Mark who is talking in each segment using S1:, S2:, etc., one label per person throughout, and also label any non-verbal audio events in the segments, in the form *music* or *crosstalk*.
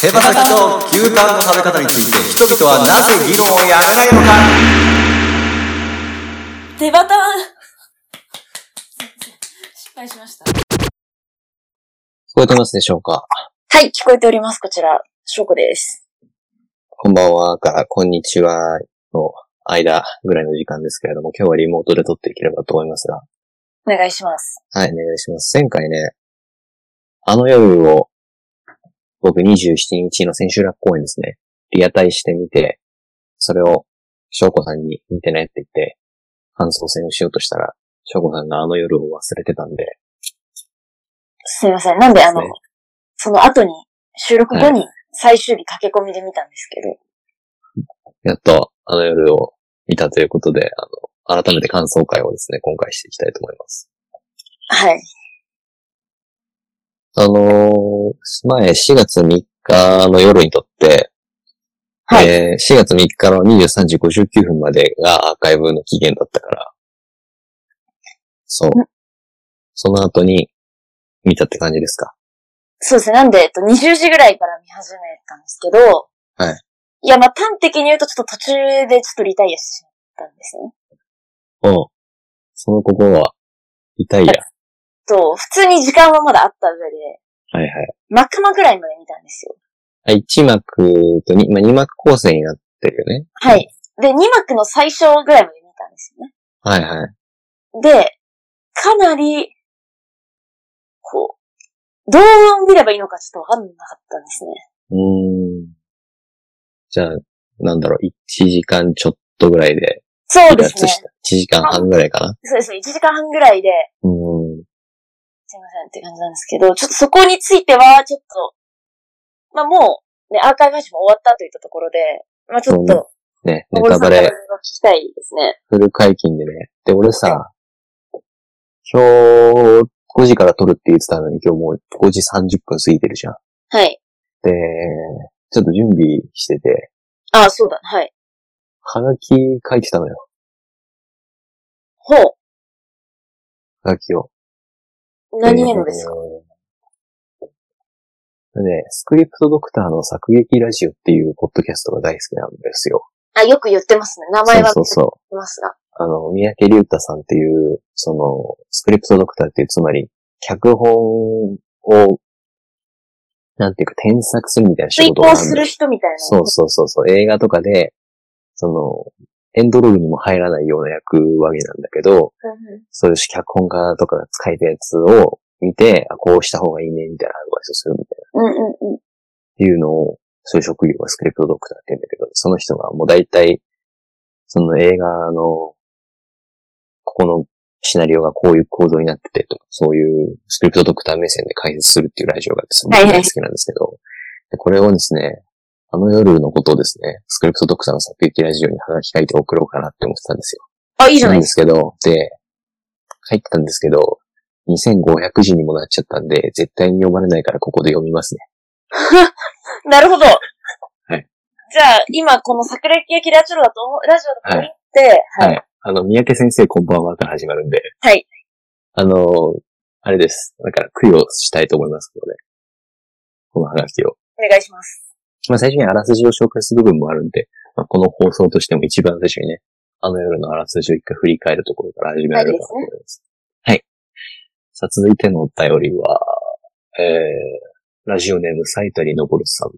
S1: 手羽先と牛タンの食べ方について人々はなぜ議論をやめないのか
S2: 手バタン失敗しました。
S3: 聞こえてますでしょうか
S2: はい、聞こえております。こちら、ショコです。
S3: こんばんはから、こんにちはの間ぐらいの時間ですけれども、今日はリモートで撮っていければと思いますが。
S2: お願いします。
S3: はい、お願いします。前回ね、あの夜を、僕27日の千秋楽公演ですね、リアタイしてみて、それを、翔子さんに見てねって言って、感想戦をしようとしたら、翔子さんがあの夜を忘れてたんで、
S2: すいません。なんで、あの
S3: ね、
S2: その後に、収録後
S3: は
S2: に最終日駆け込みで見たんですけど、
S3: やっとあの夜を見たということで、あの、改めて感想会をですね、今回していきたいと思います。
S2: はい。
S3: あのー前4月3日の夜にとって、
S2: はい
S3: えー4月3日の23時59分までがアーカイブの期限だったから、そう。その後に見たって感じですか。
S2: そうですね。なんで、えっと、20時ぐらいから見始めたんですけど、
S3: はい。
S2: いや、まあ、端的に言うと、ちょっと途中でちょっとリタイアしてしまったんですね。
S3: うん。その心は、痛いや。
S2: と、普通に時間はまだあった上で、
S3: はいはい。
S2: マックマぐらいまで見たんですよ。
S3: あ1幕と2、まあ、2幕構成になってるよね。
S2: はい。で、2幕の最初ぐらいまで見たんですよね。
S3: はいはい。
S2: で、かなり、こう、どう見ればいいのかちょっとわかんなかったんですね。
S3: うーん。じゃあ、なんだろう、1時間ちょっとぐらいで、
S2: そう
S3: 離
S2: で
S3: 脱
S2: すね。
S3: した。1時間半ぐらいかな。
S2: そうですね。1時間半ぐらいで、
S3: うん。
S2: すいませんって感じなんですけど、ちょっとそこについては、ちょっと、まあもう、ね、アーカイブ配信も終わったといったところで、まあちょっと、
S3: ね、ネ
S2: 森
S3: タ
S2: さんか
S3: バ
S2: らいろい
S3: レ
S2: ろ聞きたいですね。
S3: フル解禁でね。で、俺さ、今日5時から撮るって言ってたのに今日もう5時30分過ぎてるじゃん。
S2: はい。
S3: で、ちょっと準備してて、
S2: ああ、そうだ。はい。
S3: はがき書いてたのよ。
S2: ほう。
S3: はがきを。
S2: 何へのですか、
S3: でね、スクリプトドクターの作劇ラジオっていうポッドキャストが大好きなんですよ。
S2: あ、よく言ってますね。名前は
S3: そうそうそう。
S2: 見ますが。
S3: あの、三宅隆太さんっていう、その、スクリプトドクターっていう、つまり、脚本を、なんていうか、添削するみたいな仕
S2: 遂
S3: 事をな
S2: 行
S3: ん
S2: する人みたいな。
S3: そうそうそうそう、映画とかで、その、エンドロールにも入らないような役割なんだけど、
S2: うんうん
S3: そういう脚本家とかが使いたやつを見て、あ、こうした方がいいね、みたいなアドバイスをするみたいな、
S2: うんうんうん。
S3: っていうのを、そういう職業がスクリプトドクターって言うんだけど、その人がもう大体、その映画のここのシナリオがこういう構造になっててとか、そういうスクリプトドクター目線で解説するっていうラジオがすご
S2: はいいはい
S3: 大好きなんですけど、でこれをですね、あの夜のことをですね、スクリプトドクターの作劇ラジオにハガキ書いて送ろうかなって思ってたんですよ。
S2: あ、いいじゃない
S3: ん
S2: で
S3: ですすけど、で、書いてたんですけど、2500字にもなっちゃったんで、絶対に読まれないからここで読みますね。
S2: か。なるほど。
S3: い
S2: じゃあ、今、この桜焼きラジオだと思う、ラジオだと思って、
S3: は。い。あの、三宅先生こんばんはから始まるんで。
S2: はい。
S3: あの、あれです。だから、供養したいと思いますので。この話を。
S2: お願いします。
S3: まあ、最初にあらすじを紹介する部分もあるんで、まあ、この放送としても一番最初にね、あの夜のあらすじを一回振り返るところから始められるかなと思います。はい。さあ、続いてのお便りは、えー、ラジオネーム斉谷昇さん。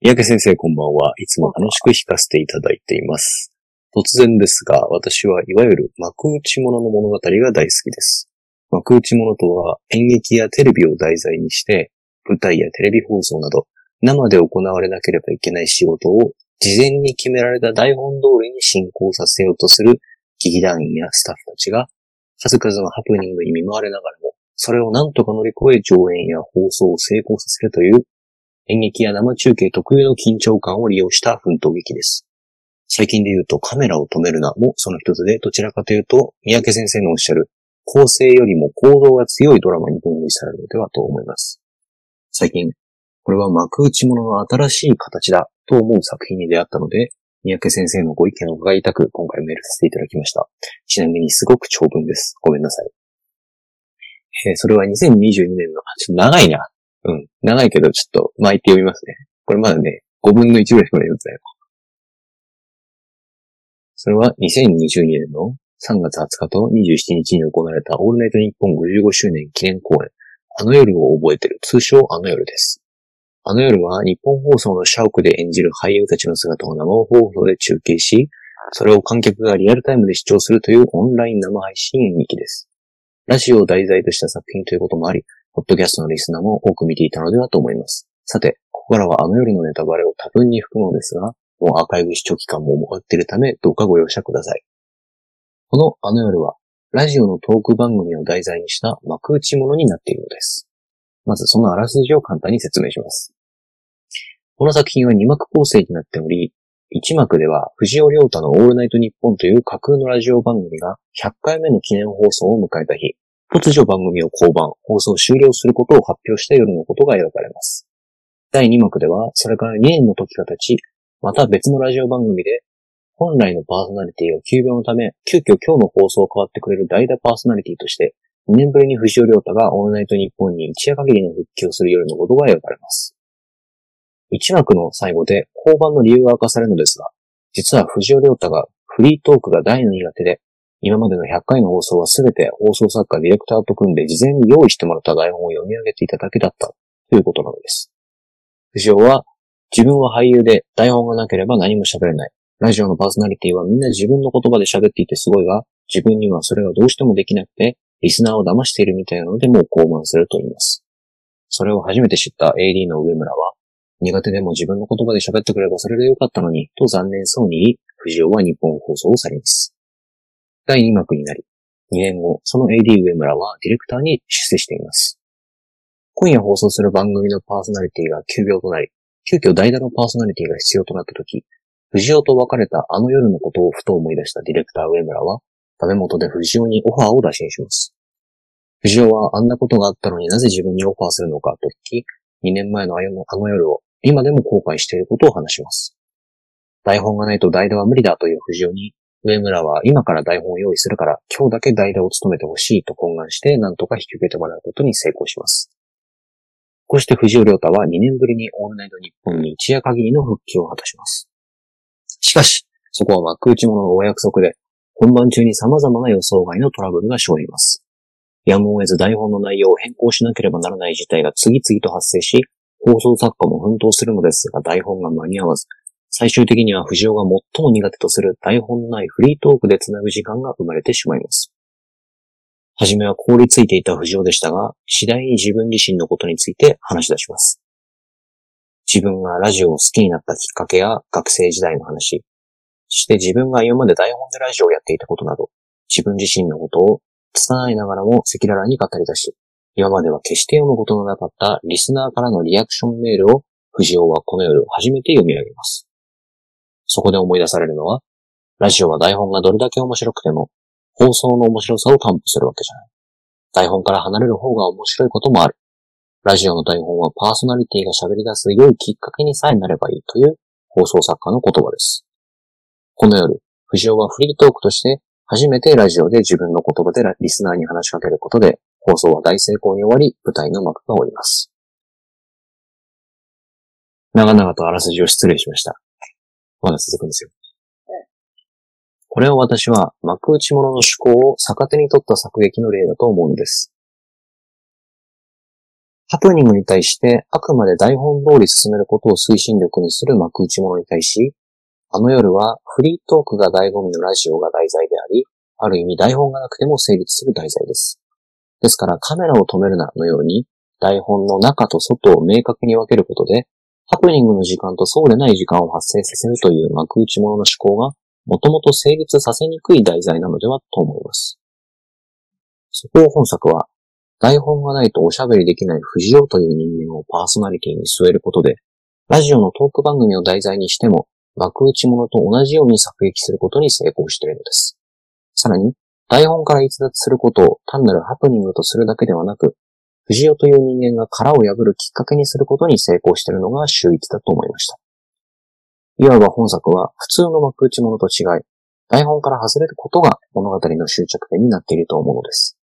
S3: 三宅先生こんばんは。いつも楽しく弾かせていただいています。突然ですが、私はいわゆる幕内物の物語が大好きです。幕内物とは演劇やテレビを題材にして、舞台やテレビ放送など、生で行われなければいけない仕事を事前に決められた台本通りに進行させようとする劇団員やスタッフたちが数々のハプニングに見舞われながらも、それを何とか乗り越え上演や放送を成功させるという演劇や生中継特有の緊張感を利用した奮闘劇です。最近で言うとカメラを止めるなもその一つで、どちらかというと三宅先生のおっしゃる構成よりも行動が強いドラマに分類されるのではと思います。最近、これは幕内物の新しい形だと思う作品に出会ったので、三宅先生のご意見を伺いたく、今回メールさせていただきました。ちなみにすごく長文です。ごめんなさい。えーそれは2022年の、あ、ちょっと長いな。うん。長いけど、ちょっと巻いて読みますね。これまだね、5分の1ぐらいしかないやつだよ。それは2022年の3月20日と27日に行われたオールナイトニッポン55周年記念公演、あの夜を覚えてる、通称あの夜です。あの夜は日本放送の社屋で演じる俳優たちの姿を生放送で中継し、それを観客がリアルタイムで視聴するというオンライン生配信演劇です。ラジオを題材とした作品ということもあり、ポッドキャストのリスナーも多く見ていたのではと思います。さて、ここからはあの夜のネタバレを多分に含むのですが、もうアーカイブ視聴期間も終わっているため、どうかご容赦ください。このあの夜は、ラジオのトーク番組を題材にした幕内ものになっているのです。まずそのあらすじを簡単に説明します。この作品は2幕構成になっており、1幕では藤尾亮太のオールナイトニッポンという架空のラジオ番組が100回目の記念放送を迎えた日、突如番組を降板、放送終了することを発表した夜のことが描かれます。第2幕では、それから2年の時が経ち、また別のラジオ番組で、本来のパーソナリティを急病のため、急遽今日の放送を変わってくれる代打パーソナリティとして、2年ぶりに藤尾亮太がオールナイト日本に一夜限りの復帰をする夜のことが描かれます。1幕の最後で降板の理由が明かされるのですが、実は藤尾亮太がフリートークが大の苦手で、今までの100回の放送はすべて放送作家ディレクターと組んで事前に用意してもらった台本を読み上げていただけだったということなのです。藤尾は、自分は俳優で台本がなければ何も喋れない。ラジオのパーソナリティはみんな自分の言葉で喋っていてすごいが、自分にはそれがどうしてもできなくて、リスナーを騙しているみたいなのでもう降板すると言います。それを初めて知った AD の上村は、苦手でも自分の言葉で喋ってくればそれでよかったのに、と残念そうに言い、藤尾は日本放送を去ります。第2幕になり、2年後、その AD 上村はディレクターに出世しています。今夜放送する番組のパーソナリティが急病となり、急遽代打のパーソナリティが必要となった時、藤尾と別れたあの夜のことをふと思い出したディレクター上村は、ダメ元で藤尾にオファーを打診します。藤尾はあんなことがあったのになぜ自分にオファーするのかと聞き、2年前のあのあの夜を今でも後悔していることを話します。台本がないと代打は無理だという藤尾に、上村は今から台本を用意するから今日だけ代打を務めてほしいと懇願して何とか引き受けてもらうことに成功します。こうして藤尾亮太は2年ぶりにオールナイト日本に一夜限りの復帰を果たします。しかし、そこは幕内物のお約束で、本番中に様々な予想外のトラブルが生じます。やむを得ず台本の内容を変更しなければならない事態が次々と発生し、放送作家も奮闘するのですが台本が間に合わず、最終的には藤尾が最も苦手とする台本のないフリートークで繋ぐ時間が生まれてしまいます。はじめは凍りついていた藤尾でしたが、次第に自分自身のことについて話し出します。自分がラジオを好きになったきっかけや学生時代の話、そして自分が今まで台本でラジオをやっていたことなど、自分自身のことを拙いながらも赤裸々に語り出し、今までは決して読むことのなかったリスナーからのリアクションメールを藤尾はこの夜初めて読み上げます。そこで思い出されるのは、ラジオは台本がどれだけ面白くても、放送の面白さを担保するわけじゃない。台本から離れる方が面白いこともある。ラジオの台本はパーソナリティが喋り出す良いきっかけにさえなればいいという放送作家の言葉です。この夜、藤尾はフリートークとして初めてラジオで自分の言葉でリスナーに話しかけることで、放送は大成功に終わり、舞台の幕が下ります。長々とあらすじを失礼しました。まだ続くんですよ
S2: うん。
S3: これを私は幕内物の趣向を逆手に取った作劇の例だと思うのです。ハプニングに対してあくまで台本通り進めることを推進力にする幕内物に対し、あの夜はフリートークが醍醐味のラジオが題材であり、ある意味台本がなくても成立する題材です。ですからカメラを止めるなのように、台本の中と外を明確に分けることで、ハプニングの時間とそうでない時間を発生させるという幕内物の思考が、もともと成立させにくい題材なのではと思います。そこを本作は、台本がないとおしゃべりできない藤尾という人間をパーソナリティに据えることで、ラジオのトーク番組を題材にしても、幕内物と同じように作劇することに成功しているのです。さらに、台本から逸脱することを単なるハプニングとするだけではなく、藤尾という人間が殻を破るきっかけにすることに成功しているのが秀逸だと思いました。いわば本作は普通の幕内物と違い、台本から外れることが物語の終着点になっていると思うのです。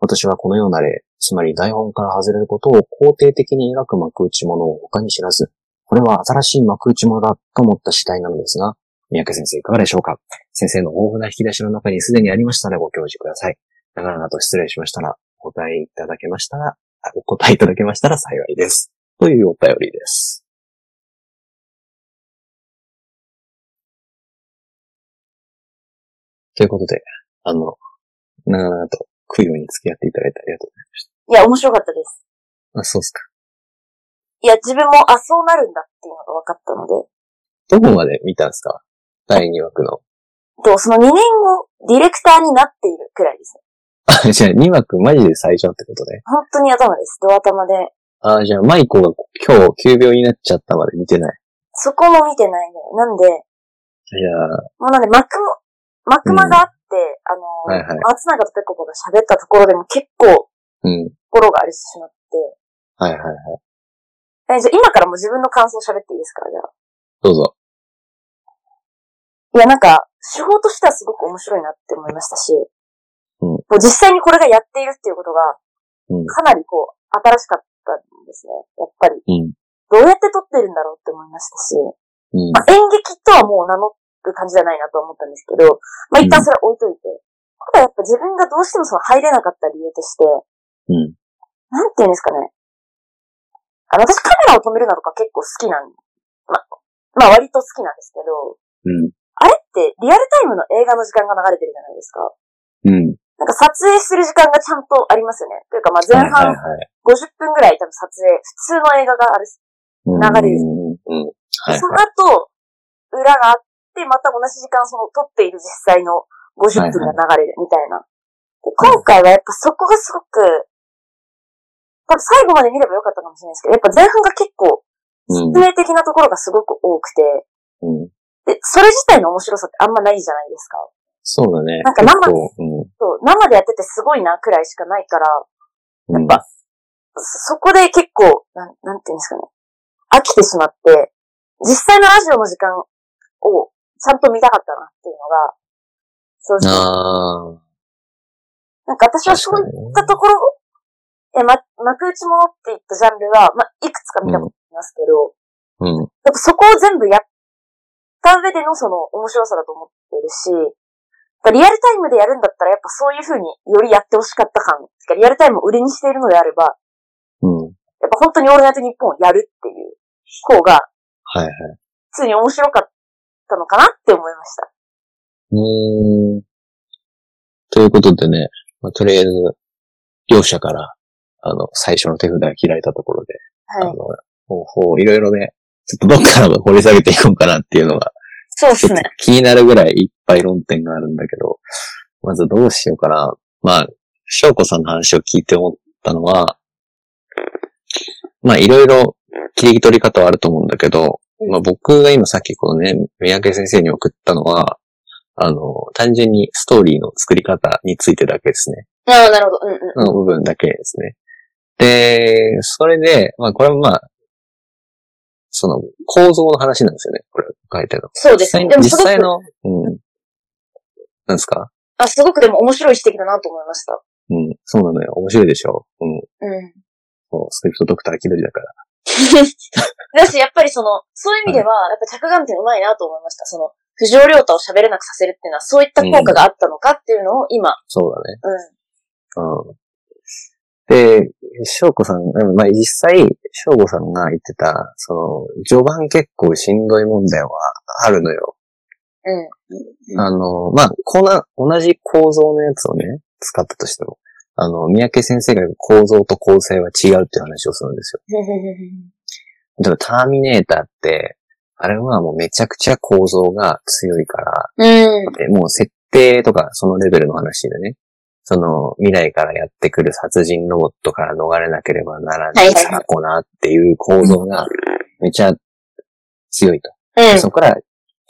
S3: 私はこのような例、つまり台本から外れることを肯定的に描く幕内ものを他に知らず、これは新しい幕内ものだと思った次第なのですが、三宅先生いかがでしょうか先生の豊富な引き出しの中にすでにありましたらご教示ください。長々と失礼しましたら、お答えいただけましたら、あお答えいただけましたら幸いです。というお便りです。ということで、あの、長々と供養に付き合っていただいてありがとうござい
S2: いや、面白かったです。
S3: ます。あ、そうっすか。
S2: いや、自分も、あ、そうなるんだっていうのが分かったので、
S3: どこまで見たんすか第2枠の。 *laughs*
S2: と、その2年後、ディレクターになっているくらいですね。
S3: あ、じゃあ2枠マジで最初ってことね。
S2: 本当に頭です。ド頭で。
S3: あ、じゃあマイコが今日9秒になっちゃったまで見てない。
S2: そこも見てないのよ。なんで、
S3: じゃあ、
S2: もうなんで、幕も、幕間があって、
S3: は
S2: あの、
S3: いはい
S2: 松永とペコポが喋ったところでも結構、
S3: うん。
S2: 心がありしまって。
S3: はいはいはい。
S2: え、じゃあ今からもう自分の感想喋っていいですかじゃあ。
S3: どうぞ。
S2: いや、なんか、手法としてはすごく面白いなって思いましたし、
S3: うん
S2: もう実際にこれがやっているっていうことが、
S3: うん
S2: かなりこう、新しかったんですね。やっぱり。
S3: うん。
S2: どうやって撮ってるんだろうって思いましたし、
S3: うん
S2: まあ、演劇とはもう名乗る感じじゃないなとは思ったんですけど、まあ、一旦それは置いといて、ただやっぱ自分がどうしてもその入れなかった理由として、
S3: うん。
S2: なんて言うんですかね。あの、私カメラを止めるなとか結構好きなん、ま、まあ割と好きなんですけど、
S3: うん。
S2: あれってリアルタイムの映画の時間が流れてるじゃないですか。
S3: うん。
S2: なんか撮影する時間がちゃんとありますよね。というかまあ前
S3: はいはい
S2: 半
S3: はい。
S2: 50分ぐらい多分撮影、普通の映画があるし、流れです
S3: うん。うん。はいはい
S2: その。後、裏があって、また同じ時間その撮っている実際の50分が流れるみたいな。で今回はやっぱそこがすごく、多分最後まで見ればよかったかもしれないですけど、やっぱ前半が結構、
S3: うん
S2: 説明的なところがすごく多くて、
S3: うん。
S2: で、それ自体の面白さってあんまないじゃないですか。
S3: そうだね。
S2: なんか生
S3: 結構
S2: そう生でやっててすごいなくらいしかないから、
S3: うん。うん
S2: やっぱそそこで結構、なん、なんていうんですかね。飽きてしまって、実際のラジオの時間をちゃんと見たかったなっていうのが、そうですね。
S3: あ
S2: なん
S3: あ。
S2: か私は
S3: 確
S2: そうい
S3: か
S2: っ
S3: にね。
S2: たところ、え、ま、幕内ものっていったジャンルは、ま、いくつか見たことありますけど、
S3: う
S2: や
S3: ん。
S2: っぱそこを全部やった上でのその面白さだと思ってるし、やっぱリアルタイムでやるんだったらやっぱそういう風によりやってほしかった感、てかリアルタイムを売りにしているのであれば、
S3: うん。
S2: やっぱ本当にオールナイトニッポンをやるっていう方が、
S3: はいはい。
S2: 普通に面白かったのかなって思いました。
S3: うーん。ということでね、まあ、とりあえず、両者から、あの、最初の手札が開いたところで、
S2: は
S3: あの
S2: い。、
S3: 方法、いろいろね、ちょっとどっからも掘り下げていこうかなっていうのが、
S2: そうで
S3: ちょっと。気になるぐらいいっぱい論点があるんだけど、まずどうしようかな。まあ、翔子さんの話を聞いて思ったのは、まあいろいろ切り取り方はあると思うんだけど、まあ僕が今さっきこのね、三宅先生に送ったのは、あの、単純にストーリーの作り方についてだけですね。
S2: ああ、なるほど。うんうん。
S3: の部分だけですね。で、それで、まあこれもまあ、その構造の話なんですよね。これ書いてあるの。
S2: そうですね。でも
S3: 実
S2: すごく
S3: 際、の、うん。なんですか
S2: あ、すごくでも面白い指摘だなと思いました。
S3: うん。そうなのよ。面白いでしょ。うん。
S2: うん。 *laughs*
S3: そうスクリプトドクター気取りだから。
S2: だし、やっぱりその、そういう意味では、やっぱ着眼点うまいなと思いました。その、不条良太を喋れなくさせるっていうのは、そういった効果があったのかっていうのを今、
S3: そうだね。
S2: うん。
S3: うん。で、翔子さん、でもまあ実際、翔子さんが言ってた、その、序盤結構しんどい問題はあるのよ。
S2: うん。 *laughs*
S3: あの、まあ、こんな、同じ構造のやつをね、使ったとしても、あの、三宅先生が言う構造と構成は違うっていう話をするんですよ。例えば、ターミネーターって、あれはもうめちゃくちゃ構造が強いから、
S2: うん。
S3: でもう設定とかそのレベルの話でね、その未来からやってくる殺人ロボットから逃れなければならな
S2: はい
S3: い
S2: はいはい
S3: サラコナっていう構造がめちゃ強いと。
S2: うん。
S3: そこから、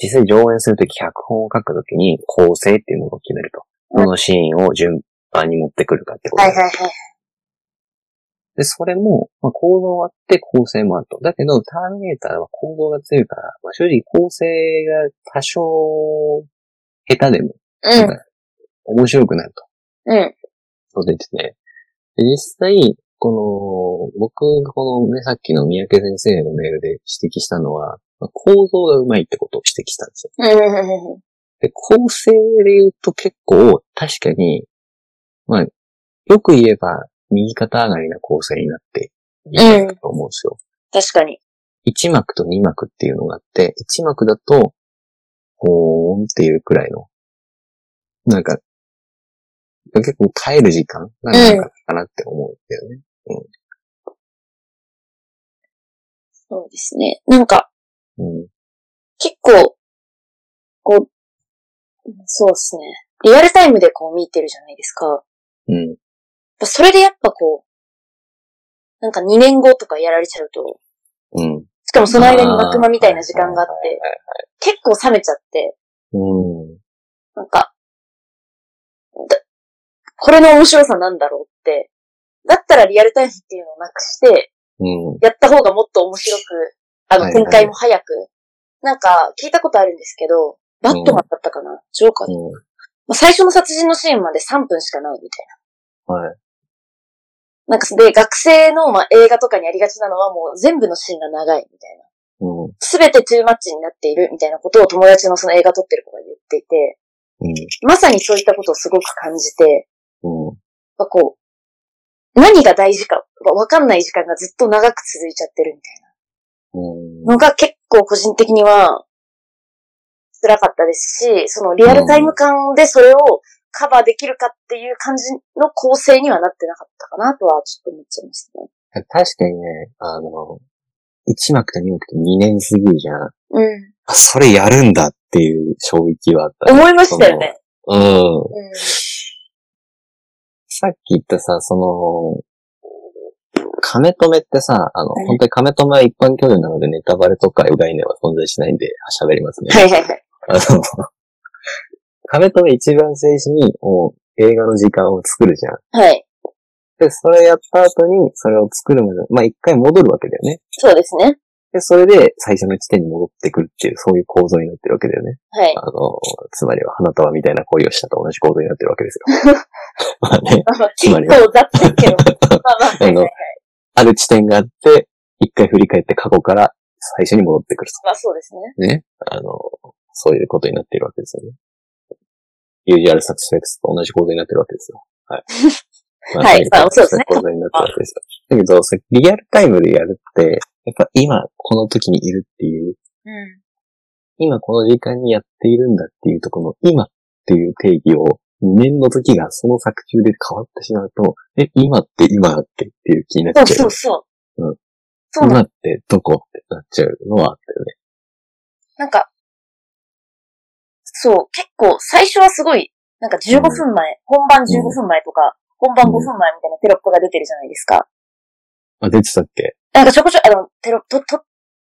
S3: 実際上演するとき、脚本を書くときに構成っていうものを決める
S2: う
S3: と。
S2: ん
S3: どのシーンを順番に持ってくるかってこと
S2: は
S3: で
S2: い
S3: す。
S2: はいはい。
S3: で、それも、まあ、構造があって構成もあると。だけど、ターミネーターは構造が強いから、まあ、正直構成が多少、下手でも、
S2: うん。
S3: 面白くなると。
S2: うん。
S3: そうですね。で実際、この、僕がこのね、さっきの三宅先生のメールで指摘したのは、まあ構造がうまいってことを指摘したんですよ。
S2: うんうんうんうん
S3: で、構成で言うと結構、確かに、まあ、よく言えば、右肩上がりな構成になっていると思うんですよ。
S2: 確かに。
S3: 1幕と2幕っていうのがあって、1幕だと、ほーんっていうくらいの、なんか、結構耐える時間がなんかかなって思うんだよね。
S2: そうですね。なんか、
S3: うん。
S2: 結構、こう、うんそうですね。リアルタイムでこう見てるじゃないですか。やっ
S3: うん。
S2: ぱそれでやっぱこう、なんか2年後とかやられちゃうと、
S3: うん。
S2: しかもその間に幕間みたいな時間があっ
S3: はいはい
S2: て、結構冷めちゃって、
S3: うん。
S2: なんか、だこれの面白さなんだろうって、だったらリアルタイムっていうのをなくして、
S3: うん。
S2: やった方がもっと面白く、あの
S3: はいはい
S2: 展開も早く、なんか聞いたことあるんですけど、バットマンだったかなジョーカー
S3: うん。
S2: まあ最初の殺人のシーンまで3分しかないみたい
S3: はい。
S2: な。なんか、で、学生の、まあ、映画とかにありがちなのはもう全部のシーンが長いみたいな。
S3: うん。
S2: すべてトゥーマッチになっているみたいなことを友達のその映画撮ってる子が言っていて、
S3: うん。
S2: まさにそういったことをすごく感じて、
S3: うん。
S2: まあ、こう、何が大事か、わかんない時間がずっと長く続いちゃってるみたい
S3: うん。
S2: なのが結構個人的には辛かったですし、そのリアルタイム感でそれをカバーできるかっていう感じの構成にはなってなかったかなとはちょっと思っちゃいましたね。
S3: 確かにね、あの、1幕と2幕と2年過ぎるじゃん。
S2: うん。
S3: あ、それやるんだっていう衝撃はあったね。
S2: 思いましたよね。
S3: うん。
S2: うん。
S3: さっき言ったさ、その、亀止めってさ、あの、
S2: はい
S3: 本当に亀止めは一般教養なのでネタバレとかいう概念は存在しないんで喋りますね。
S2: はいはいはい。
S3: あの、亀止め一番最初に、もう映画の時間を作るじゃん。
S2: はい。
S3: で、それやった後に、それを作るまで、まあ一回戻るわけだよね。
S2: そうですね。
S3: で、それで最初の地点に戻ってくるっていう、そういう構造になってるわけだよね。
S2: はい。
S3: あの、つまりは花束みたいな恋をしたと同じ構造になってるわけですよ。
S2: *laughs*
S3: まあね、
S2: まあまあ、
S3: つ
S2: 結
S3: まりは
S2: 構雑です
S3: *laughs*
S2: けど。まあまあ、はいはいはい。
S3: ある地点があって、一回振り返って過去から最初に戻ってくる
S2: まあそうですね。
S3: と。ね。あの、そういうことになってるわけですよね。ユージュアルサクセスと同じ構造になってるわけですよ。
S2: *laughs*
S3: はい。ま
S2: はいまあそうですね
S3: 構造になってるわけですよ。だけど、それリアルタイムでやるって、やっぱ今、この時にいるっていう、
S2: うん。
S3: 今この時間にやっているんだっていうところの今っていう定義を2年の時がその作中で変わってしまうと、え、今って今だってっていう気になっちゃ。
S2: そううそうそう。
S3: うん
S2: そうなん
S3: 今ってどこってなっちゃうのはあったよね。
S2: なんか、そう、結構最初はすごい、なんか15分前、本番15分前とか、本番5分前みたいなテロップが出てるじゃないですか。
S3: あ、出てたっけ
S2: なんかちょこちょこ、あの、テロップ、と、と、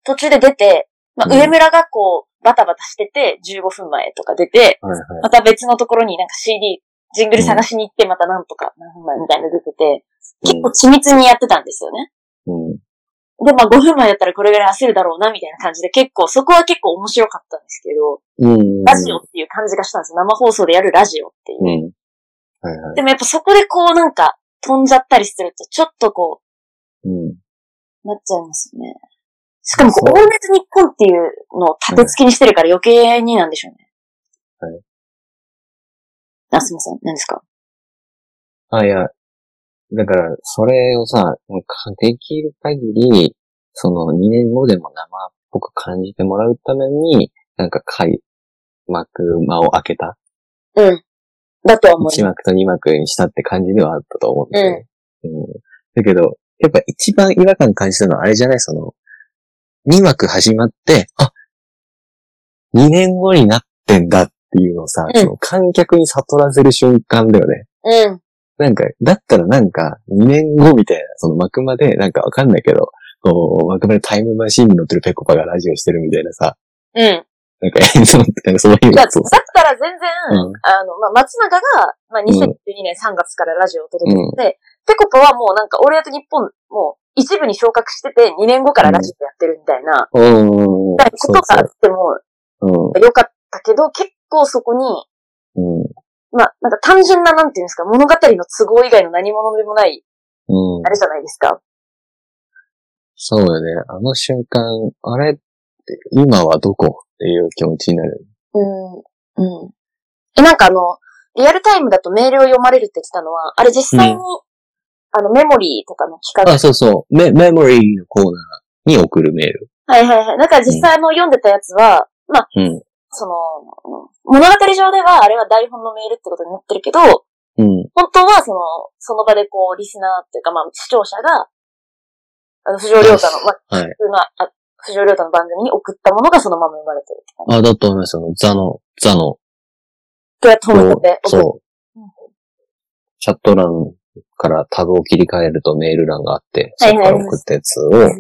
S2: 途中で出て、ま
S3: う
S2: あ
S3: ん
S2: 上村がこう、バタバタしてて、15分前とか出て、
S3: はいはい。
S2: また別のところになんか CD、ジングル探しに行って、またなんとか、何分前みたいなの出てて、結構緻密にやってたんですよね。
S3: うん。
S2: で、まあ5分前だったらこれぐらい焦るだろうな、みたいな感じで結構、そこは結構面白かったんですけど、
S3: うん。
S2: ラジオっていう感じがしたんですよ。生放送でやるラジオっていう。
S3: うん。はいはい。
S2: でもやっぱそこでこうなんか飛んじゃったりすると、ちょっとこ
S3: うん。
S2: う、なっちゃいますよね。しかもこう、
S3: そ
S2: オールナイトニッポンっていうのを立て付けにしてるから余計になんでしょうね。
S3: はい。
S2: あ、すいません。何ですか
S3: あ、いや、だから、それをさ、もうかできる限り、その2年後でも生っぽく感じてもらうために、なんか開幕間を開けた、
S2: うん。だとは思い
S3: 1
S2: ます。
S3: 幕と2幕にしたって感じではあったと思うんだよね。うん。だけど、やっぱ一番違和感感じたのはあれじゃないその、2幕始まって、あ、2年後になってんだっていうのをさ、
S2: うん
S3: その観客に悟らせる瞬間だよね。
S2: うん。
S3: なんか、だったらなんか、2年後みたいな、その幕まで、なんかわかんないけど、こう、幕までタイムマシンに乗ってるペコパがラジオしてるみたいなさ、
S2: うん。
S3: なんか映像って、なんかそういう
S2: いや
S3: や
S2: だ
S3: つを
S2: っ
S3: さ、
S2: たら全然、
S3: うん
S2: あの、まあ、松永が、まあ、2012年3月からラジオを届けてて、ペコパはもうなんか、俺やと日本、もう一部に昇格してて、2年後からラジオやってるみたいな、
S3: うん。
S2: みたいなことがあっても
S3: そう
S2: よかったけど、結構そこに、
S3: そう。うん。うん。
S2: まあ、なんか単純な、なんていうんですか、物語の都合以外の何者でもない
S3: うん
S2: あれじゃないですか。
S3: そうだね。あの瞬間、あれ今はどこっていう気持ちになる。
S2: うん。うん。え、なんかあの、リアルタイムだとメールを読まれるって言ってたのは、あれ実際に、
S3: う
S2: あの、メモリーとかの企画
S3: あ、そうそう。メ、メモリーのコーナーに送るメール。
S2: はいはいはい。だから実際あの読んでたやつは、まあ、
S3: うん
S2: その、物語上ではあれは台本のメールってことになってるけど、
S3: うん。
S2: 本当はその、その場でこう、リスナーっていうか、まあ、視聴者が、あの、不条亮太の、まあ、
S3: はい
S2: 普通の、あ不条亮太の番組に送ったものがそのまま生まれてるって感じ。
S3: あ、だと思います。あの、ザの、ザの、
S2: どうやって本をで送る
S3: そう。チャット欄からタブを切り替えるとメール欄があって、
S2: は
S3: そ
S2: い
S3: こ
S2: はい
S3: から
S2: はい
S3: 送ったやつを
S2: う
S3: 読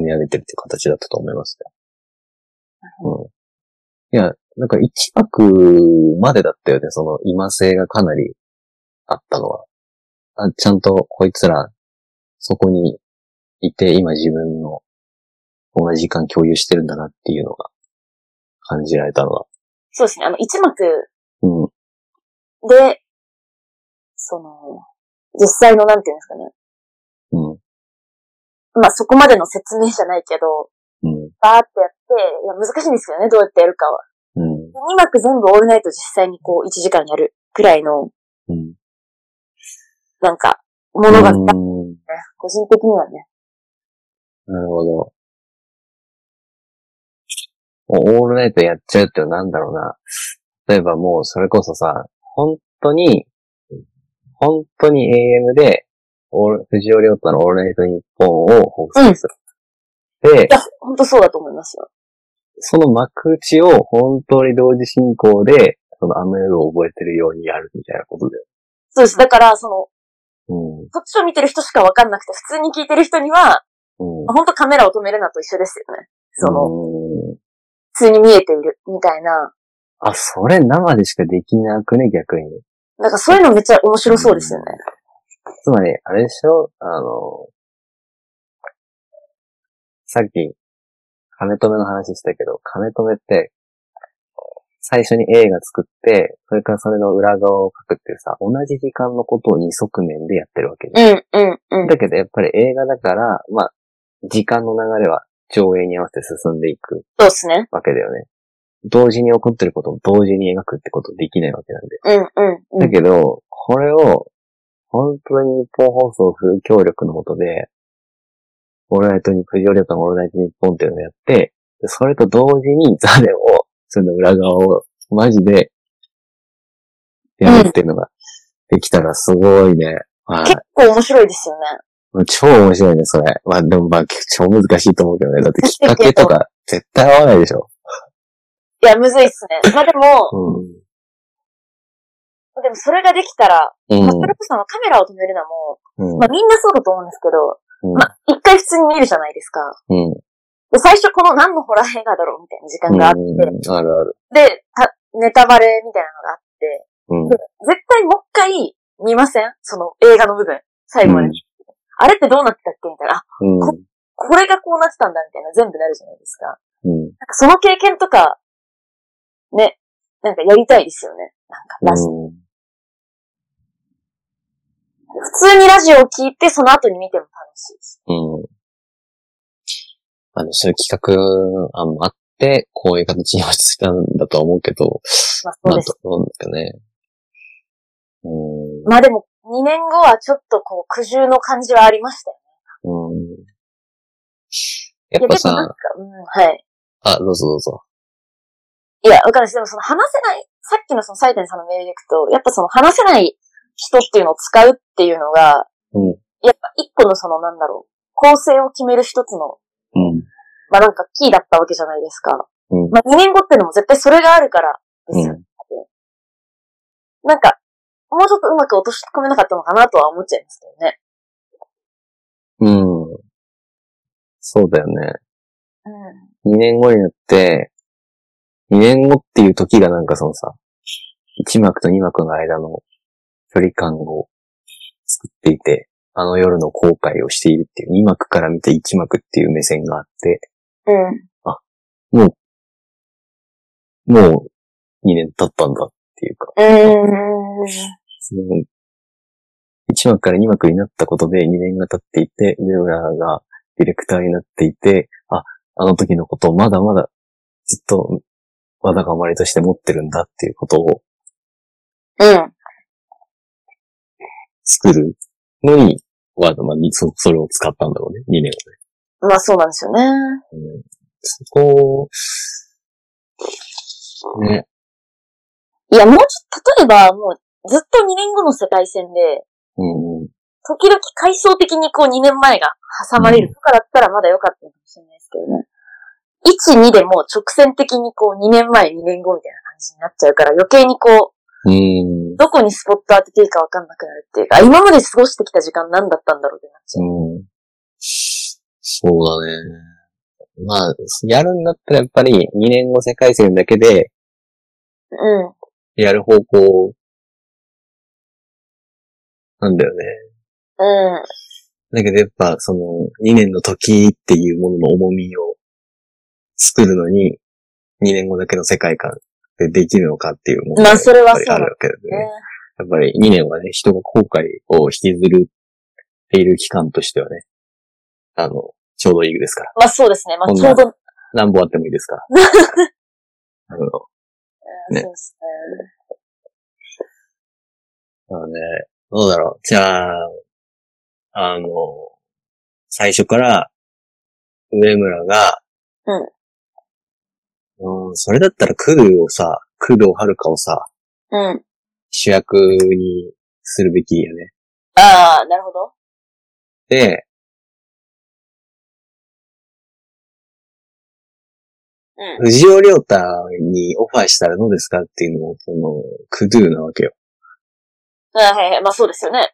S2: ん
S3: み上げてるって形だったと思いますね。うん。いや、なんか一枠までだったよね、その今性がかなりあったのは。あちゃんとこいつら、そこにいて今自分の同じ時間共有してるんだなっていうのが感じられたのは。
S2: そうですね。あの、一幕
S3: うん。
S2: で、その、実際のなんていうんですかね。
S3: うん。
S2: まあ、そこまでの説明じゃないけど、
S3: うん。
S2: バーってやって、いや、難しいんですけどね、どうやってやるかは。
S3: うん。
S2: 2幕全部オールナイト実際にこう、1時間やるくらいの、
S3: うん。
S2: なんか、ものがあった、
S3: うん
S2: 個人的にはね。
S3: なるほど。もうオールナイトやっちゃうってのはなんだろうな。例えばもうそれこそさ、本当に、本当に AM で、オール藤尾亮太のオールナイト日本を放送する。で
S2: い、や、ほんとそうだと思いますよ。
S3: その幕打ちを本当に同時進行で、そのあの夜を覚えてるようにやるみたいなことだよ。
S2: そうです。だから、その、
S3: うん。
S2: そっちを見てる人しかわかんなくて、普通に聞いてる人には、
S3: うん。
S2: ほんとカメラを止めるなと一緒ですよね。その、
S3: うん
S2: 普通に見えている、みたいな。
S3: あ、それ生でしかできなくね、逆に。
S2: なんかそういうのめっちゃ面白そうですよね。
S3: つまり、あれでしょあの、さっき、金止めの話したけど、金止めって、最初に映画作って、それからそれの裏側を書くっていうさ、同じ時間のことを二側面でやってるわけじゃん
S2: うん、うん、うん。
S3: だけどやっぱり映画だから、まあ、時間の流れは上映に合わせて進んでいく
S2: そうですね。
S3: わけだよね。同時に起こってることも同時に描くってことできないわけなんで。
S2: うん、うん、う
S3: だ
S2: ん。
S3: けど、これを、本当に日本放送風協力のもとで、オールナイトに、藤尾亮太のオールナイト日本っていうのをやって、でそれと同時にザネを、その裏側を、マジで、やるっていうのが、できたらすごいね。はい
S2: 結構面白いですよね。
S3: 超面白いね、それ。まあでもまあ、超難しいと思うけどね。だってきっかけとか、絶対合わないでしょ。
S2: いや、むずいっすね。まあでも、
S3: う
S2: でもそれができたら、
S3: ん。
S2: まあそれこそあのカメラを止めるのも、
S3: うん。
S2: まあみんなそうだと思うんですけど、
S3: うん
S2: まあ一回普通に見るじゃないですか。
S3: うん。
S2: で、最初この何のホラー映画だろうみたいな時間があって、
S3: うんあるある。
S2: で、たネタバレみたいなのがあって、
S3: うん。
S2: 絶対もう一回見ませんその映画の部分。最後まで。
S3: うん
S2: あれってどうなってたっけみたいな。あ、
S3: うん。
S2: これがこうなってたんだみたいな全部なるじゃないですか。
S3: うん。
S2: なんかその経験とか、ね、なんかやりたいですよね。なんかラジオ
S3: うん
S2: 普通にラジオを聞いて、その後に見ても楽しいです。
S3: うん。あの、そういう企画案もあって、こういう形に落ち着いたんだとは思うけど、
S2: まあそ
S3: な
S2: うんで
S3: と
S2: す。
S3: 思うんだけどね。う
S2: まあでも、2年後はちょっとこう、苦渋の感じはありましたよ。
S3: ん。うん。
S2: いや
S3: やっ
S2: でもな
S3: ぱ
S2: ん
S3: さ
S2: か、、うん、はい。
S3: あ、どうぞどうぞ。
S2: いや、わかんないです。でもその話せない、さっきのそのサイテンさんのメールでいくと、やっぱその話せない人っていうのを使うっていうのが、
S3: うん
S2: やっぱ一個のそのなんだろう、構成を決める一つの、
S3: うん。
S2: まあなんかキーだったわけじゃないですか。
S3: うん
S2: まあ2年後っていうのも絶対それがあるからですよ。
S3: うん。
S2: なんか、もうちょっとうまく落とし込めなかったのかなとは思っちゃいますけどね。
S3: うん。そうだよね。
S2: うん。
S3: 2年後になって、2年後っていう時がなんかそのさ、1幕と2幕の間の距離感を作っていて、あの夜の後悔をしているっていう、2幕から見て1幕っていう目線があって、
S2: うん。
S3: もう2年経ったんだっていうか、
S2: うーん。
S3: その1幕から2幕になったことで2年が経っていて、上村がディレクターになっていて、あ、あの時のことをまだまだずっとわだかまりとして持ってるんだっていうことを
S2: うん。
S3: 作るのに、ワードマンにそそれを使ったんだろうね、2年
S2: まあそうなんですよね。
S3: うんそこを、ね、
S2: いや、もうちょっと、例えば、もう、ずっと2年後の世界戦で、
S3: うん、
S2: 時々階層的にこう2年前が挟まれるとかだったらまだ良かったのかもしれないですけどね。1、2でもう直線的にこう2年前、2年後みたいな感じになっちゃうから余計にこう、
S3: うん、
S2: どこにスポット当てていいかわかんなくなるっていうか、あ今まで過ごしてきた時間何だったんだろうってなっちゃう。
S3: うん。そうだね。まあ、やるんだったらやっぱり2年後世界戦だけで
S2: うん。
S3: やる方向、なんだよね。
S2: うん。
S3: だけどやっぱその2年の時っていうものの重みを作るのに2年後だけの世界観でできるのかっていう問題
S2: まあそれは
S3: やっぱりあるわけだよね
S2: ね。
S3: やっぱり2年はね、人が後悔を引きずるっている期間としてはね、あの、ちょうどいいですから。
S2: まあそうですね。まあ
S3: こん
S2: ち
S3: な
S2: ょうど、うん
S3: 何本あってもいいで
S2: *laughs*
S3: すから。あの、
S2: そう
S3: ね
S2: ですね。
S3: まあね、どうだろう。じゃあ、あの、最初から、上村が、うん。うん、それだったら工藤をさ、工藤遥香をさ、
S2: うん。
S3: 主役にするべきよね。
S2: ああ、なるほど。
S3: で、
S2: うん。
S3: 藤尾亮太にオファーしたらどうですかっていうのも、その、クドゥなわけよ。
S2: はいはいはい。まあそうですよね。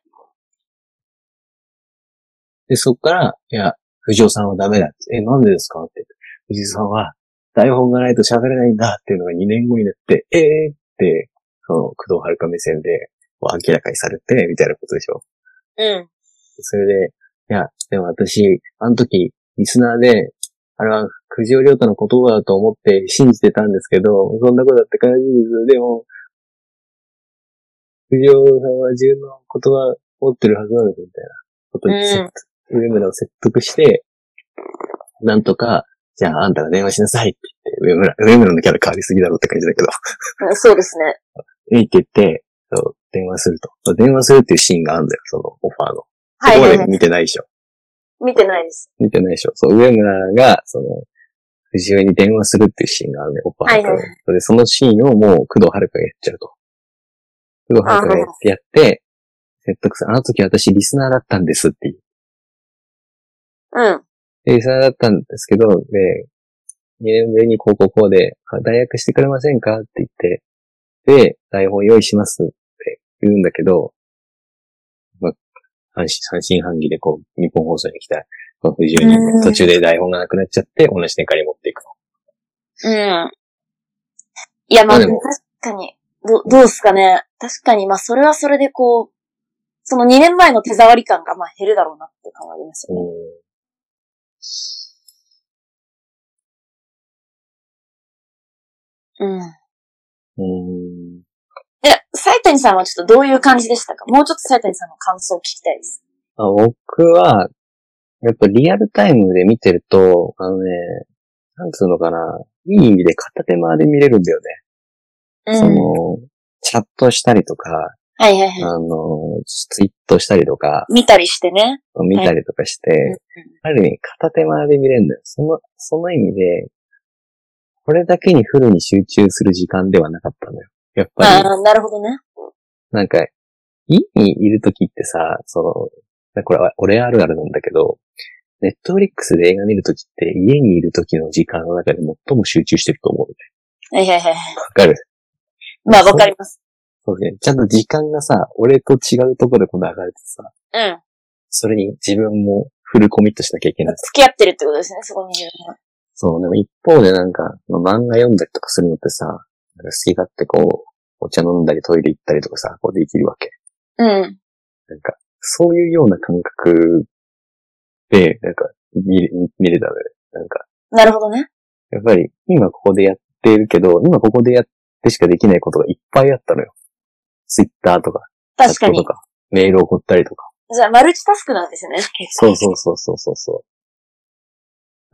S3: で、そっから、いや、藤尾さんはダメだって。え、なんでですかって。藤尾さんは、台本がないと喋れないんだっていうのが2年後になって、えーって、その、工藤遥目線で、こう明らかにされて、みたいなことでしょ。
S2: うん。
S3: それで、いや、でも私、あの時、リスナーで、あれは藤尾亮太の言葉だと思って信じてたんですけど、そんなことだって悲しいです。でも、藤尾さんは自分の言葉持ってるはずなんです、みたいなことに説得、上村を説得して、なんとか、じゃああんたが電話しなさいって言って、上村、上村のキャラ変わりすぎだろって感じだけど、
S2: うんそうですね。
S3: えいって言って、そう電話すると。電話するっていうシーンがあるんだよ、そのオファーの。
S2: は
S3: こ
S2: い
S3: こ
S2: は
S3: ま
S2: い
S3: で
S2: はい。
S3: 見てないでしょ。
S2: 見てないです。
S3: 見てないでしょ。そう、上村が、その、藤尾に電話するっていうシーンがあるね、オファーのところ
S2: はいは
S3: で、そのシーンをもう工藤遥がやっちゃうと。工藤遥がやってやって、説得する。あの時私リスナーだったんですっていう。
S2: うん。
S3: でリスナーだったんですけど、で、2年ぶりにこうこうこうで、あ代役してくれませんかって言って、で、台本用意しますって言うんだけど、まあ、半信半信半疑でこう、日本放送に来た、こう藤井
S2: うん
S3: に途中で台本がなくなっちゃって、同じ展開に持っていくと。
S2: うん。いや、まあ、
S3: まあで
S2: 確
S3: も
S2: かに、ど、どうですかね。確かに、まあ、それはそれでこう、その2年前の手触り感が、まあ、減るだろうなって考えますよね。
S3: うん
S2: うん。
S3: うん。
S2: で、斉谷さんはちょっとどういう感じでしたかもうちょっと斉谷さんの感想を聞きたいです。
S3: まあ、僕は、やっぱリアルタイムで見てると、あのね、なんつうのかな、いい意味で片手間で見れるんだよね。
S2: う
S3: その、チャットしたりとか、
S2: はいはい
S3: あ
S2: は
S3: の、ツイートしたりとか、
S2: い。見たりしてね。
S3: 見たりとかして、ある意味片手間で見れるんだよ。その、その意味で、これだけにフルに集中する時間ではなかったんだよ。やっ
S2: あ
S3: ぱり、
S2: あ、なるほどね。
S3: なんか、家にいるときってさ、その、これは俺あるあるなんだけど、ネットフリックスで映画見るときって、家にいるときの時間の中で最も集中してると思う。
S2: はいはいはいはい。
S3: わかる
S2: まあ、わかります。
S3: そうね。ちゃんと時間がさ、俺と違うところでこう流れてさ、
S2: うん。
S3: それに自分もフルコミットしなきゃいけない。
S2: 付き合ってるってことですね、そこにいるのは。
S3: そう、でも一方でなんか、まあ漫画読んだりとかするのってさ、なんか好き勝手こう、お茶飲んだりトイレ行ったりとかさ、こうできるわけ。
S2: うん。
S3: なんか、そういうような感覚で、なんか、見れ、見れたのよ。なんか、
S2: なるほどね。
S3: やっぱり今ここでやってるけど、今ここでやってしかできないことがいっぱいあったのよ。ツイッターとか、チャ
S2: 確
S3: ッ
S2: か
S3: トと
S2: に。
S3: か。メール送ったりとか。
S2: じゃあ、マルチタスクなんですね。
S3: そうそうそうそうそうそ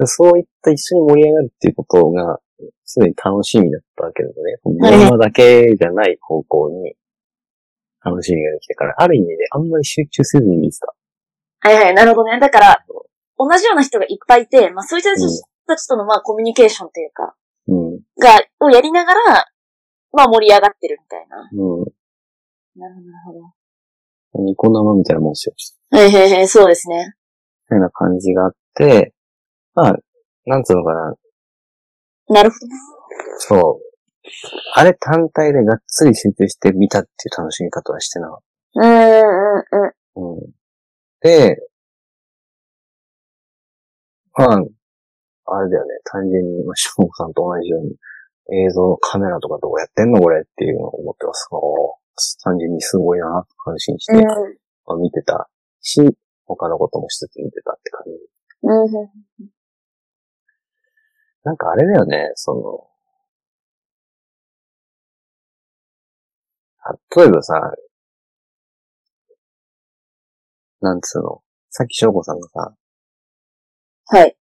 S3: う。そういった一緒に盛り上がるっていうことが、すでに楽しみだったわけですね。
S2: はい
S3: ドラマだけじゃない方向に、楽しみができてから、ある意味であんまり集中せずに見てた。
S2: はいはい、なるほどね。だから、同じような人がいっぱいいて、まあそういった人たちとの、まあコミュニケーションというか、
S3: うん。
S2: が、をやりながら、まあ盛り上がってるみたいな。
S3: うん。
S2: なるほど、なるほど。
S3: ニコ生みたいなもんですよ。
S2: はいはいはい、そうですね。
S3: みたいな感じがあって、まあ、なんつうのかな、
S2: なるほどね。
S3: そう。あれ単体でがっつり集中して見たっていう楽しみ方はしてなかっ
S2: うーん、うん、うん。
S3: た。うん。で、まあ、あれだよね、単純に、まあ、ショーンさんと同じように、映像のカメラとかどうやってんのこれっていうのを思ってます。おー単純にすごいな、感心して、
S2: うん
S3: まあ、見てたし、他のこともしつつ見てたって感じ。
S2: うんうん。
S3: なんかあれだよね、その、例えばさ、なんつうの、さっき翔子さんがさ、
S2: はい。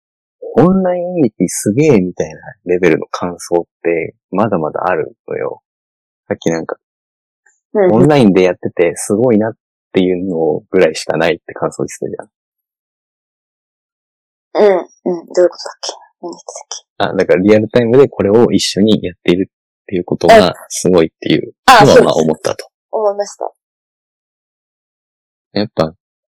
S3: オンライン演劇すげえみたいなレベルの感想って、まだまだあるのよ。さっきなんか、
S2: うん
S3: オンラインでやっててすごいなっていうのぐらいしかないって感想ですね、じゃ
S2: う
S3: ん。
S2: ん、うん。どういうことだっけ何言って
S3: あ、だからリアルタイムでこれを一緒にやっているっていうことがすごいっていう
S2: たっけあ、
S3: の
S2: そ
S3: は
S2: うで
S3: まあ
S2: す。
S3: 思ったと。
S2: 思いました。
S3: やっぱ、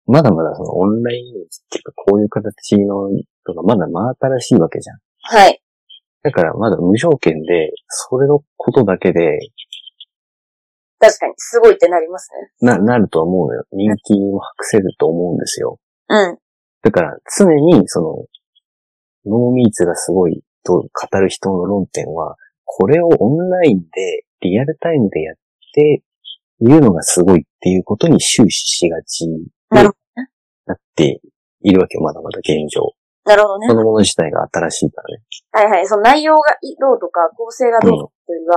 S3: まだまだそのオンラインっていうかこういう形のとかまだ真新しいわけじゃん。
S2: はい。
S3: だからまだ無条件で、それのことだけで、
S2: 確かに、すごいってなります
S3: な、なると思うのよ。人気も博せると思うんですよ。
S2: ね。うん。
S3: だから常にその、ノーミーツがすごいと語る人の論点は、これをオンラインでリアルタイムでやっているのがすごいっていうことに終始しがちに
S2: なる
S3: な
S2: ほどね
S3: っているわけよ。まだまだ現状。
S2: なるほどね
S3: そ。のもの自体が新しいからね。
S2: はいはい。その内容がどうとか、構成がどうとかというよ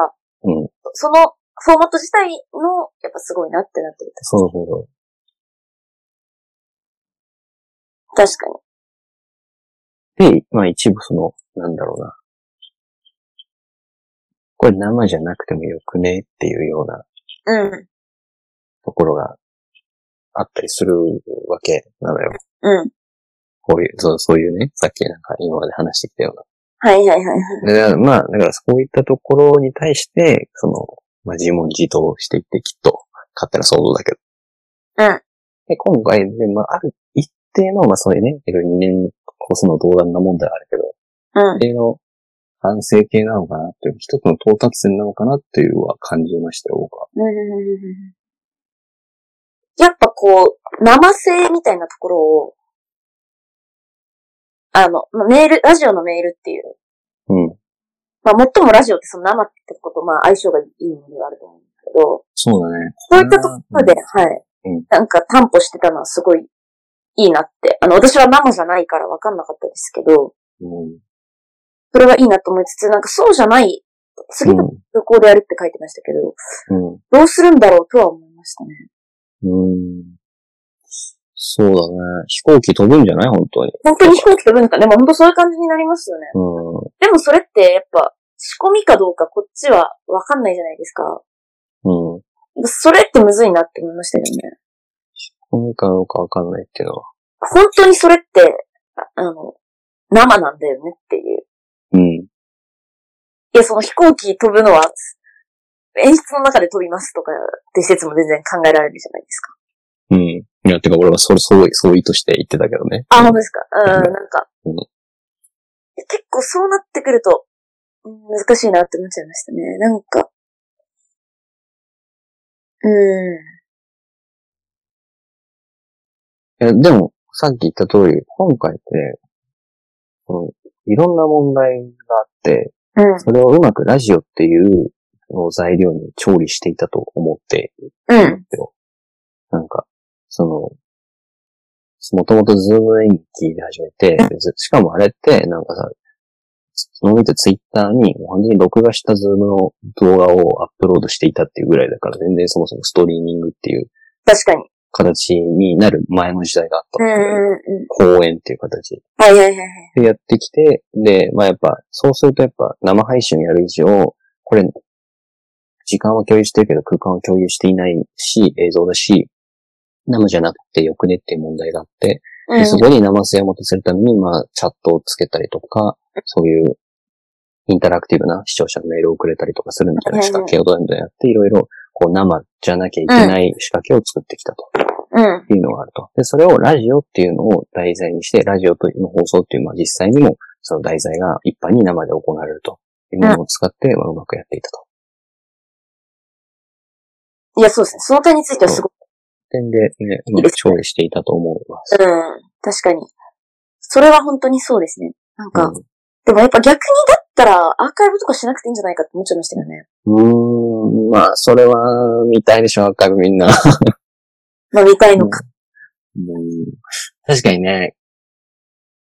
S2: りは、
S3: うん。
S2: そのフォーマット自体の、やっぱすごいなってなってる。
S3: そうそうそう。
S2: 確かに。
S3: で、まあ一部その、なんだろうな。これ生じゃなくてもよくねっていうような
S2: うん。
S3: ところがあったりするわけなのよ。
S2: うん。
S3: こういう、そうそういうね、さっきなんか今まで話してきたよ
S2: はいはいはいはい。
S3: うな。でだからまあ、だからそういったところに対して、その、まあ自問自答していってきっと、勝手な想像だけど。
S2: うん。
S3: で、今回で、まあある一定の、まあそういうね、いろいろ2年こその動談な問題はあるけど、
S2: うん。
S3: 系の反省系なのかなっていう、一つの到達点なのかなっていうのは感じましたよ、僕は。
S2: うんやっぱこう、生性みたいなところを、あの、まあメール、ラジオのメールっていう、
S3: うん。
S2: まあ、もっともラジオってその生ってこと、まあ、相性がいいものがあると思うんだけど、
S3: そうだね。
S2: そういったところで、はい。
S3: うん
S2: なんか担保してたのはすごいいいなって。あの、私は生じゃないから分かんなかったですけど、
S3: うん。
S2: それはいいなと思いつつ、なんかそうじゃない、次の旅行でやるって書いてましたけど、
S3: うん。
S2: どうするんだろうとは思いましたね。
S3: うん。そうだね。飛行機飛ぶんじゃない本当に。
S2: 本当に飛行機飛ぶのかね、まあ本当そういう感じになりますよね。
S3: う
S2: でもそれってやっぱ仕込みかどうかこっちは分かんないじゃないですか。
S3: ん。うん。
S2: それってむずいなって思いましたよね。
S3: 何かどうかわかんないけど。
S2: 本当にそれって、ああの、生なんだよねっていう。
S3: うん。
S2: いや、その飛行機飛ぶのは、演出の中で飛びますとかって説も全然考えられるじゃないですか。
S3: うん。いや、てか俺はそれ、そう、そう意図して言ってたけどね。
S2: あ、本当ですか。うん、
S3: う
S2: な
S3: ん
S2: んか
S3: うん。
S2: 結構そうなってくると、うん難しいなって思っちゃいましたね。なんか。うん。
S3: いや、でも、さっき言った通り、今回って、うん、いろんな問題があって、
S2: うん。
S3: それをうまくラジオっていうのを材料に調理していたと思って
S2: う
S3: いる
S2: ん。
S3: んですよ。なんか、その、もともとズーム演劇で始めて、ずしかもあれって、なんかさ、その見たツイッターに、完全に録画したズームの動画をアップロードしていたっていうぐらいだから、全然そもそもストリーミングっていう
S2: 確かに。
S3: 形になる前の時代があった
S2: うん
S3: ので、
S2: うんうん。
S3: 公演っていう形
S2: はいはいはいはい。
S3: でやってきて、で、まあやっぱ、そうするとやっぱ生配信やる以上、これ、時間は共有してるけど空間は共有していないし、映像だし、生じゃなくてよくねっていう問題があって、
S2: う
S3: で、
S2: ん。
S3: そこに生性を持たせるために、まあ、チャットをつけたりとか、そういう、インタラクティブな視聴者のメールをくれたりとかするみたいな仕掛けをどうやってやって、いろいろ、こう、生じゃなきゃいけない仕掛けを作ってきたと
S2: うん。
S3: いうのがあると。で、それをラジオっていうのを題材にして、ラジオというの放送っていう、まあ、実際にも、その題材が一般に生で行われるというものを使って、まあ、うまくやっていたと。
S2: いや、そうですね。その点についてはすごく、
S3: 点で、ね、うまく調理していたと思います。
S2: うん。確かに。それは本当にそうですね。なんか、
S3: うん
S2: でもやっぱ逆にだったら、アーカイブとかしなくていいんじゃないかって思っちゃいましたよね。
S3: うーん、まあ、それは、見たいでしょ、アーカイブみんな。
S2: まあ、見たいのか。
S3: うん確かにね、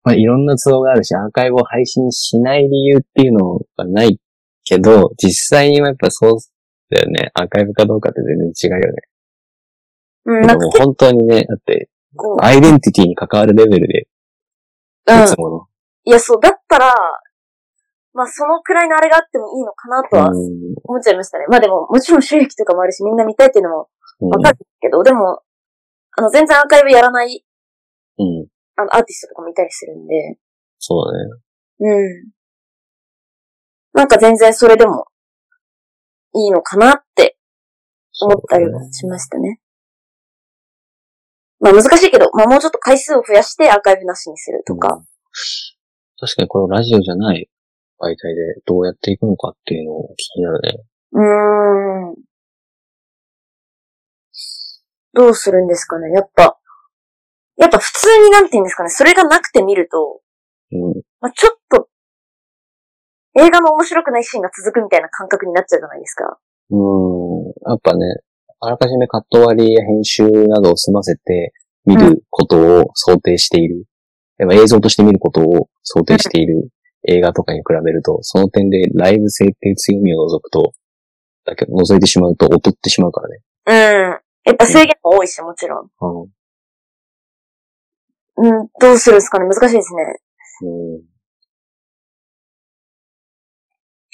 S3: まあ、いろんな都合があるし、アーカイブを配信しない理由っていうのがないけど、実際にはやっぱそうだよね。アーカイブかどうかって全然違うよね。
S2: うん、
S3: で
S2: なんか
S3: も
S2: 結
S3: 本当にね、だって、
S2: 構、
S3: アイデンティティに関わるレベルで、
S2: うん
S3: いつ。も
S2: いや、そう、だったら、まあ、そのくらいのあれがあってもいいのかなと
S3: の
S2: は。
S3: うん
S2: 思っちゃいましたね。まあでも、もちろん収益とかもあるし、みんな見たいっていうのも
S3: うん
S2: わかるけど、でも、あの、全然アーカイブやらない、
S3: うん。
S2: あの、アーティストとかもいたりするんで、
S3: そうだね。
S2: うん。なんか全然それでも、いいのかなって思ったりもしましたね。まあ難しいけど、まあもうちょっと回数を増やしてアーカイブなしにするとか。
S3: うん確かにこのラジオじゃない媒体でどうやっていくのかっていうのを気になるね。
S2: うーん。どうするんですかねやっぱ、やっぱ普通になんて言うんですかねそれがなくて見ると、
S3: うん。
S2: まあ、ちょっと、映画の面白くないシーンが続くみたいな感覚になっちゃうじゃないですか。
S3: うん。やっぱね、あらかじめカット割りや編集などを済ませて見ることを想定している。やっぱ映像として見ることを想定している映画とかに比べると、その点でライブ性っていう強みを除くと、だけど覗いてしまうと劣ってしまうからね。
S2: うん。やっぱ制限も多いし、もちろん。
S3: うん。
S2: うん、どうするんですかね難しいですね。 *laughs*
S3: うん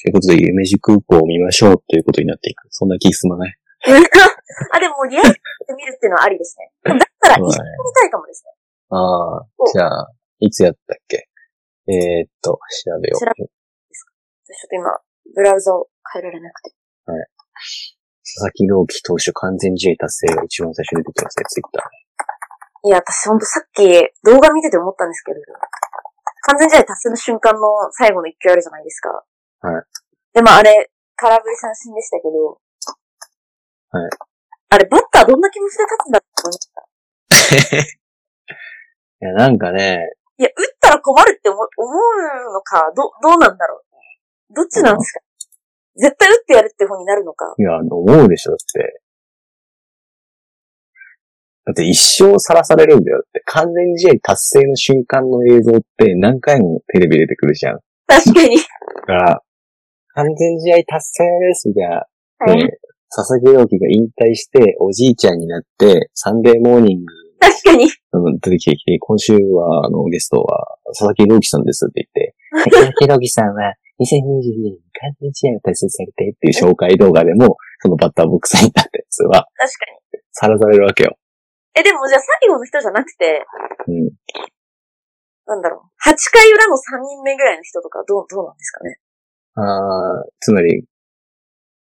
S3: ということで、夢路空港を見ましょうということになっていく。そんな気すまない。
S2: あ、でもリアルで見るっていうのはありですね。でもだったら一緒に見たいかもですね。
S3: ああ、じゃあ、いつやったっけえー、っと、調べよ
S2: 調べち
S3: う。
S2: ょっと今、ブラウザを変えられなくて。
S3: 佐々木朗希投手完全試合達成が一番最初に出てきますね、ツイッター。
S2: いや、私ほんとさっき動画見てて思ったんですけど、完全試合達成の瞬間の最後の一球あるじゃないですか。
S3: はい。
S2: で、まああれ、空振り三振でしたけど、
S3: はい。
S2: あれ、バッターどんな気持ちで立つんだろうと思いました。
S3: いや、なんかね、
S2: いや、打ったら困るって思う思うのか、ど、どうなんだろう。どっちなんですか、絶対打ってやるって方になるのか。
S3: いや、思うでしょ、だって。だって一生さらされるんだよ。だって完全試合達成の瞬間の映像って何回もテレビ出てくるじゃん。
S2: 確かに。
S3: だから、完全試合達成ですが、
S2: は
S3: ね
S2: い。
S3: 佐々木朗希が引退して、おじいちゃんになって、サンデーモーニング
S2: 確かに。
S3: あの、出てきてきて、今週は、あの、ゲストは、佐々木朗希さんですって言 *laughs* って、佐々木朗希さんは、2022年に完全試合を達成されてっていう紹介動画でも、そのバッターボックスに立ったやつは、
S2: 確かに。
S3: さらされるわけよ。
S2: え、でもじゃあ最後の人じゃなくて、
S3: うん。
S2: なんだろう。8回裏の3人目ぐらいの人とかどう、どうなんですかね。
S3: あーつまり、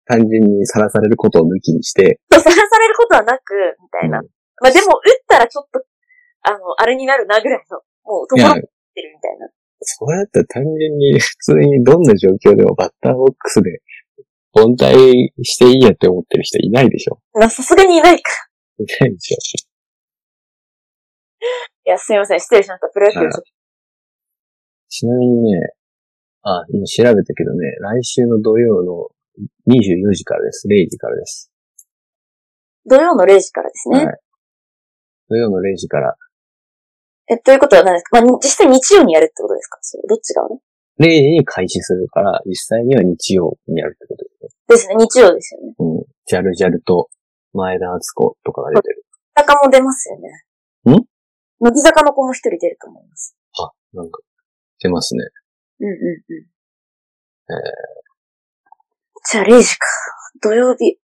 S3: 単純にさらされることを抜きにして、
S2: そう、さらされることはなく、みたいな。
S3: うん
S2: まあでも、打ったらちょっと、あの、あれになるなぐらいの、もう、ところ
S3: いや
S2: に行ってるみたいな。
S3: それだったら単純に、普通にどんな状況でもバッターボックスで、凡退していいやって思ってる人いないでしょ。
S2: まあ、さすがにいないか。
S3: いないでしょ。
S2: いや、すいません、失礼しました。プロ野球
S3: はい
S2: のちょっ
S3: ちなみにね、あ、今調べたけどね、来週の土曜の24時からです。0時からです。
S2: と土曜の0時からですね。
S3: はい土曜の0時から、
S2: え、ということは何ですかまあ、に実際日曜にやるってことですかそれどっちがある
S3: 0時に開始するから、実際には日曜にやるってことですね。
S2: ですね、日曜ですよね。
S3: うん。ジャルジャルと前田敦子とかが出てる。
S2: 坂も出ますよね。
S3: ん
S2: 乃木坂の子も一人出ると思います。
S3: なんか、出ますね。
S2: うんうんうん。
S3: え
S2: じゃあ0時か。土曜日。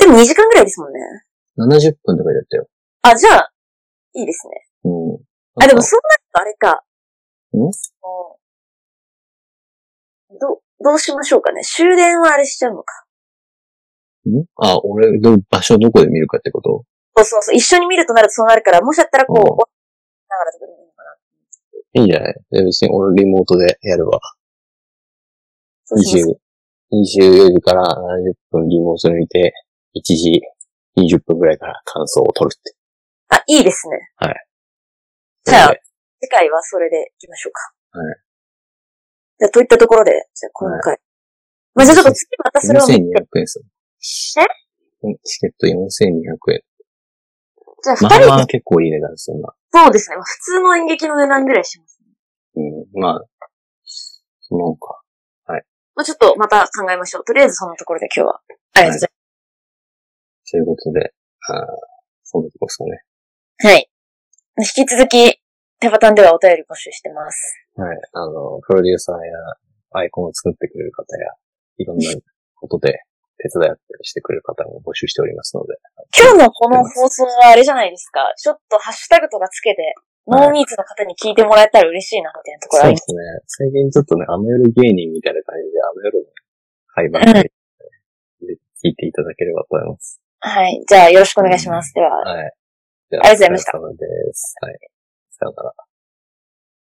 S2: でも2時間ぐらいですもんね。
S3: 70分とかだったよ。
S2: あ、じゃあ、いいですね。
S3: うん。
S2: あ、でも
S3: なんか
S2: そんなのあれか。
S3: ん
S2: そのど、どうしましょうかね。終電はあれしちゃうのか。
S3: んあ、俺、ど、場所どこで見るかってこと
S2: そうそうそう。一緒に見るとなるとそうなるから、もしだったらこう、
S3: うん
S2: ながらとかでもいいのかな。
S3: いいんじゃないいや別に俺リモートでやるわ。
S2: そうします
S3: 20、24時から70分リモートで見て、1時20分ぐらいから感想を取るって。
S2: あ、いいですね。
S3: はい。
S2: じゃあ
S3: それ、
S2: 次回はそれで行きましょうか。。
S3: はい
S2: じゃあ、といったところで、じゃあ今回。まあ、じゃあちょっと次またそれを見て、
S3: で4200円ですよ。えチケット4200円。
S2: じゃあ二
S3: まあ
S2: 人で、
S3: まあ結構いい値段するな。
S2: そうですね。まあ普通の演劇の値段ぐらいします。
S3: うん。まあ、そのか。
S2: まあちょっとまた考えましょう。とりあえずそのところで今日は。ありがとうございます。
S3: ということで、あーそんなとこですかね。
S2: はい。引き続き、手パタンではお便り募集してます。
S3: はい。あの、プロデューサーやアイコンを作ってくれる方や、いろんなことで手伝ってしてくれる方も募集しておりますので。
S2: 今日のこの放送はあれじゃないですか。ちょっとハッシュタグとかつけて、ノーミーツの方に聞いてもらえたら嬉しいな、みたいなところあ
S3: そう
S2: り
S3: で
S2: ます。
S3: すね。最近ちょっとね、雨夜芸人みたいな感じで、雨夜の会話で、聞いていただければと思います。
S2: はい。じゃあ、よろしくお願いします。では、
S3: はい。じゃ
S2: ありがとうございました
S3: お疲れ様です。はい。さようなら。